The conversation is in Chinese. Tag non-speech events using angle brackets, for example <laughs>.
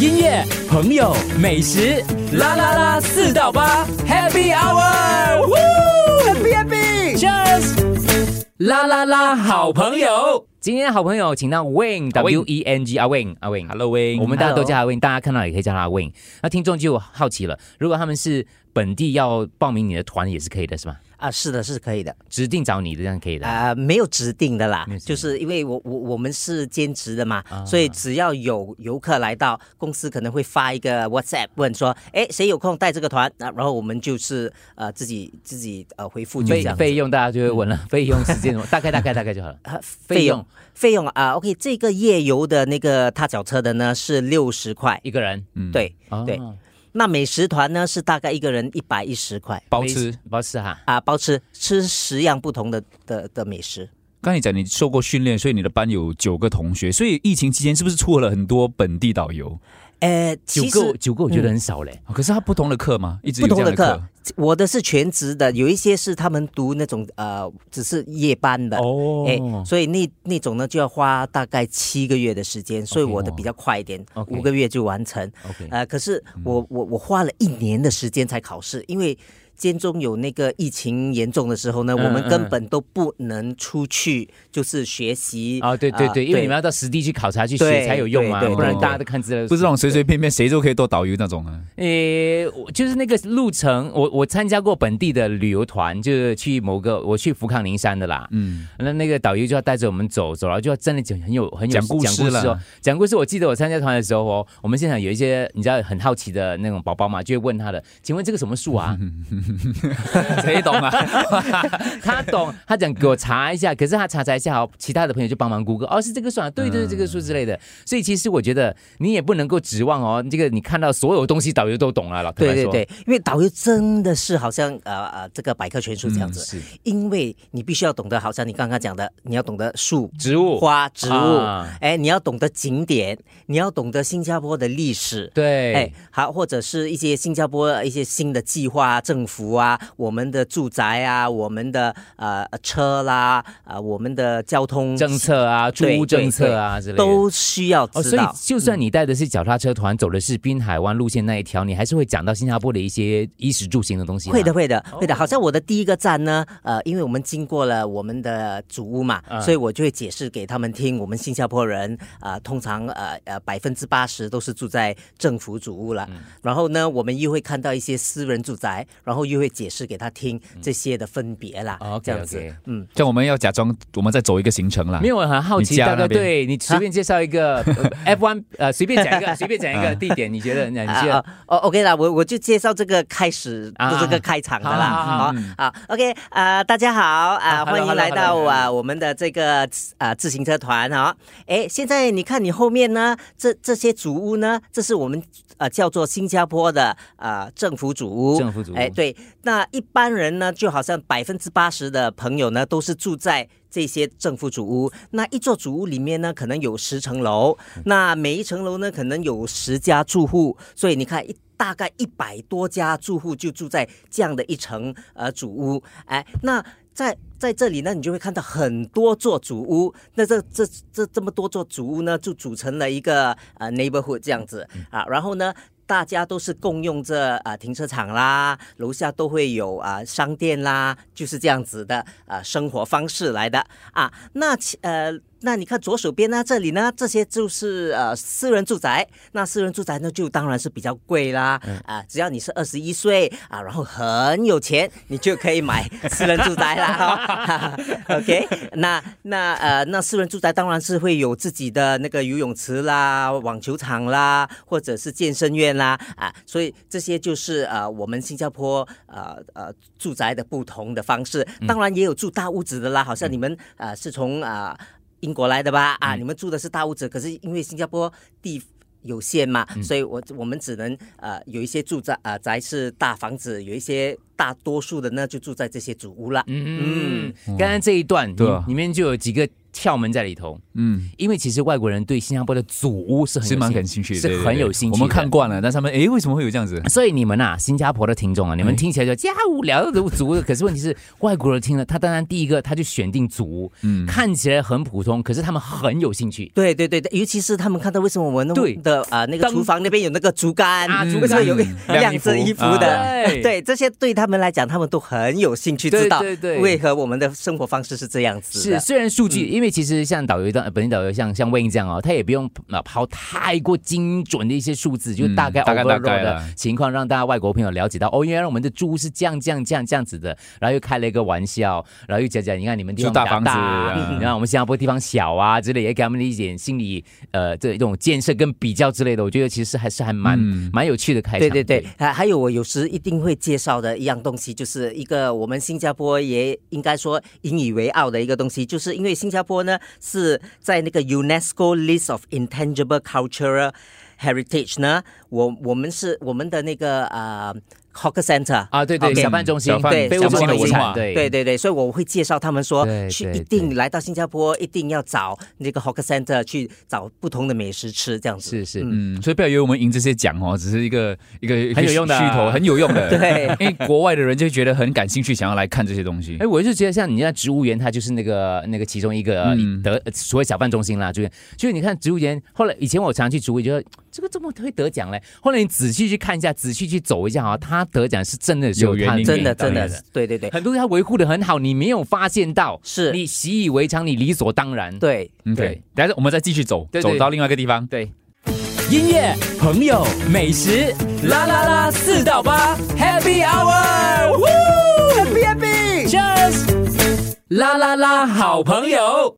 音乐、朋友、美食，啦啦啦，四到八，Happy Hour，Happy Happy，Cheers，啦啦啦，好朋友。今天的好朋友请到 Wing 阿 Wing W E N G 阿 Wing 阿 Wing， Hello Wing，我们大家都叫他 Wing，大家看到也可以叫他 Wing。那听众就好奇了，如果他们是本地要报名你的团也是可以的，是吗？啊，是的，是可以的，指定找你的这样可以的。啊、没有指定的啦没有，指定就是因为我我我们是兼职的嘛，啊所以只要有游客来到，公司可能会发一个 WhatsApp 问说，哎，谁有空带这个团？那、然后我们就是呃自己自己呃回复就这费样子。费用大家就会问了，费用时间什么大概大概大概就好了。啊费用费用啊、o k 这个夜游的那个踏脚车的呢是六十块，一个人，嗯对，哦对那美食团呢是大概一个人一百一十块包吃。包吃哈。啊，包吃吃十样不同的的的美食。刚才你讲你受过训练，所以你的班有九个同学，所以疫情期间是不是出了很多本地导游？呃，九其实个九个我觉得很少嘞，哦可是他不同的课吗？一直不有同这的样的课，我的是全职的，有一些是他们读那种呃，只是夜班的。哦哎，所以那那种呢就要花大概七个月的时间，所以我的比较快一点 OK 五个月就完成。 OK 嗯呃，可是我我我花了一年的时间才考试，因为间中有那个疫情严重的时候呢，嗯我们嗯根本都不能出去，就是学习啊，对对呃对，因为你们要到实地去考察去学对才有用啊，对对不然对大家都看资料。不是那种随随便便谁都可以做导游那种啊。诶，我就是那个路程，我我参加过本地的旅游团，就是去某个我去福康宁山的啦。嗯，那那个导游就要带着我们走，走了就要真的讲很有很有讲故事啦哦，讲故事。我记得我参加团的时候哦，我们现场有一些你知道很好奇的那种宝宝嘛，就会问他的，请问这个什么树啊？ <laughs> 谁懂啊？他懂，他讲给我查一下，可是他查查一下，好，其他的朋友就帮忙估个，哦，是这个算了，对对，对这个嗯数之类的。所以其实我觉得你也不能够指望哦，这个你看到所有东西导游都懂了，老坦对白对说，对，因为导游真的是好像呃呃这个百科全书这样子，是因为你必须要懂得，好像你刚刚讲的，你要懂得树、植物花、植物，啊哎，你要懂得景点，你要懂得新加坡的历史。对，哎，好，或者是一些新加坡呃一些新的计划啊、政府啊、我们的住宅啊、我们的呃车啦、啊、我们的交通政策啊，住对屋政策啊之类的。都需要哦，知所以道。嗯就算你带的是脚踏车团，走的是滨海湾路线那一条，你还是会讲到新加坡的一些衣食住行的东西。会的，，会的，会的。哦好像我的第一个站呢，呃，因为我们经过了我们的祖屋嘛，嗯所以我就会解释给他们听，我们新加坡人啊、呃通常呃呃百分之八十都是住在政府祖屋了。嗯然后呢，我们又会看到一些私人住宅，然后又会解释给他听这些的分别啦，哦，这样子。。嗯，像我们要假装我们在走一个行程啦。没有，我很好奇，你家大哥，那边对你随便介绍一个 F one，呃，随便 <laughs> 讲一个，随便讲一个地点，你觉得，你觉得啊哦，OK 啦，我我就介绍这个开始，啊就这个开场的啦。好好好好好，OK 啊，大家好啊，好欢迎来到 hello，hello，啊我们的这个啊自行车团哈。哎，现在你看你后面呢，这这些主屋呢，这是我们呃叫做新加坡的啊政府主屋。政府主屋哎，对，那一般人呢，就好像百分之八十的朋友呢，都是住在。这些政府主屋，那一座主屋里面呢，可能有十层楼，那每一层楼呢，可能有十家住户，所以你看一。大概一百多家住户就住在这样的一层呃主屋，哎，那在在这里呢，你就会看到很多座主屋，那这这这这么多座主屋呢，就组成了一个呃 neighborhood 这样子啊，然后呢。大家都是共用这啊、呃停车场啦，楼下都会有啊、呃商店啦，就是这样子的啊、呃生活方式来的啊。那其呃，那你看左手边呢，这里呢，这些就是呃私人住宅。那私人住宅呢，就当然是比较贵啦啊、只要你是二十一岁啊，然后很有钱，你就可以买私人住宅啦、哈 OK，那那呃，那私人住宅当然是会有自己的那个游泳池啦、网球场啦，或者是健身院啦啊，所以这些就是呃我们新加坡呃呃住宅的不同的方式。当然也有住大屋子的啦，好像你们呃是从啊。呃英国来的吧？啊，你们住的是大屋子，可是因为新加坡地有限嘛，嗯所以我我们只能呃有一些住宅呃宅是大房子，有一些大嗯多数的呢就住在这些主屋啦。嗯，刚刚这一段，你对啊里面就有几个窍门在里头。嗯，因为其实外国人对新加坡的祖屋是很是有蛮兴感兴趣的，对是对很对有兴趣。我们看。惯了，但是他们诶，为什么会有这样子？所以你们啊，新加坡的听众啊，你们哎听起来就家无聊的祖屋，可 <laughs> 是问题是外国人听了，他当然第一个他就选定祖屋，嗯看起来很普通，可是他们很有兴趣。对对对对，尤其是他们看到为什么我们对的呃那个当厨房那边有那个竹竿，啊竹为什么有 <laughs> 竿晾着衣服的？对对，这些对他们来讲，他们都很有兴趣，对知道哎对对为何我们的生活方式是这样子是，的。虽然数据，因为其实像导游的本地导游像像 Wayne 这样哦，他也不用啊抛太过精准的一些数字，就嗯大概大概 overall 大概的啦情况，让大家外国朋友了解到哦，原来我们的猪是这样这样这样这样子的，然后又开了一个玩笑，然后又讲讲你看你们地方住大比较房子啊你看我们新加坡地方小啊之类，也给他们一点心理呃这种建设跟比较之类的，我觉得其实还是还蛮嗯蛮有趣的开场。对对对，还还有我有时一定会介绍的一样东西，就是一个我们新加坡也应该说引以为傲的一个东西，就是因为新加坡呢是在那个 UNESCO list of intangible cultural heritage 呢，我我们是我们的那个呃 hawker center 啊，对对， OK 小贩中心小贩非物质小贩性的中文心化，对对对，所以我会介绍他们说对，去对一定来到新加坡，一定要找那个 hawker center 去找不同的美食吃，这样子。是是。嗯，所以不要以为我们赢这些奖哦，只是一个一个一个很有用的啊噱头，很有用 <laughs> 的。对，因为国外的人就觉得很感兴趣，想要来看这些东西哎、。我就觉得像你那植物园，它就是那个那个其中一个嗯得、所谓小贩中心啦，就是就是你看植物园，后来以前我常去植物园，觉得这个怎么会得奖嘞？后来你仔细去看一下，仔细去走一下啊，它得奖是真的是有原它因真的道真理的，对对对很多它维护的很好，你没有发现到，是你习以为常，你理所当然。对。嗯 OK，对但是我们再继续走，对对走到另外一个地方。对，音乐、朋友、美食，啦啦啦，四到八，Happy Hour，Happy Happy，Cheers，啦啦啦，好朋友。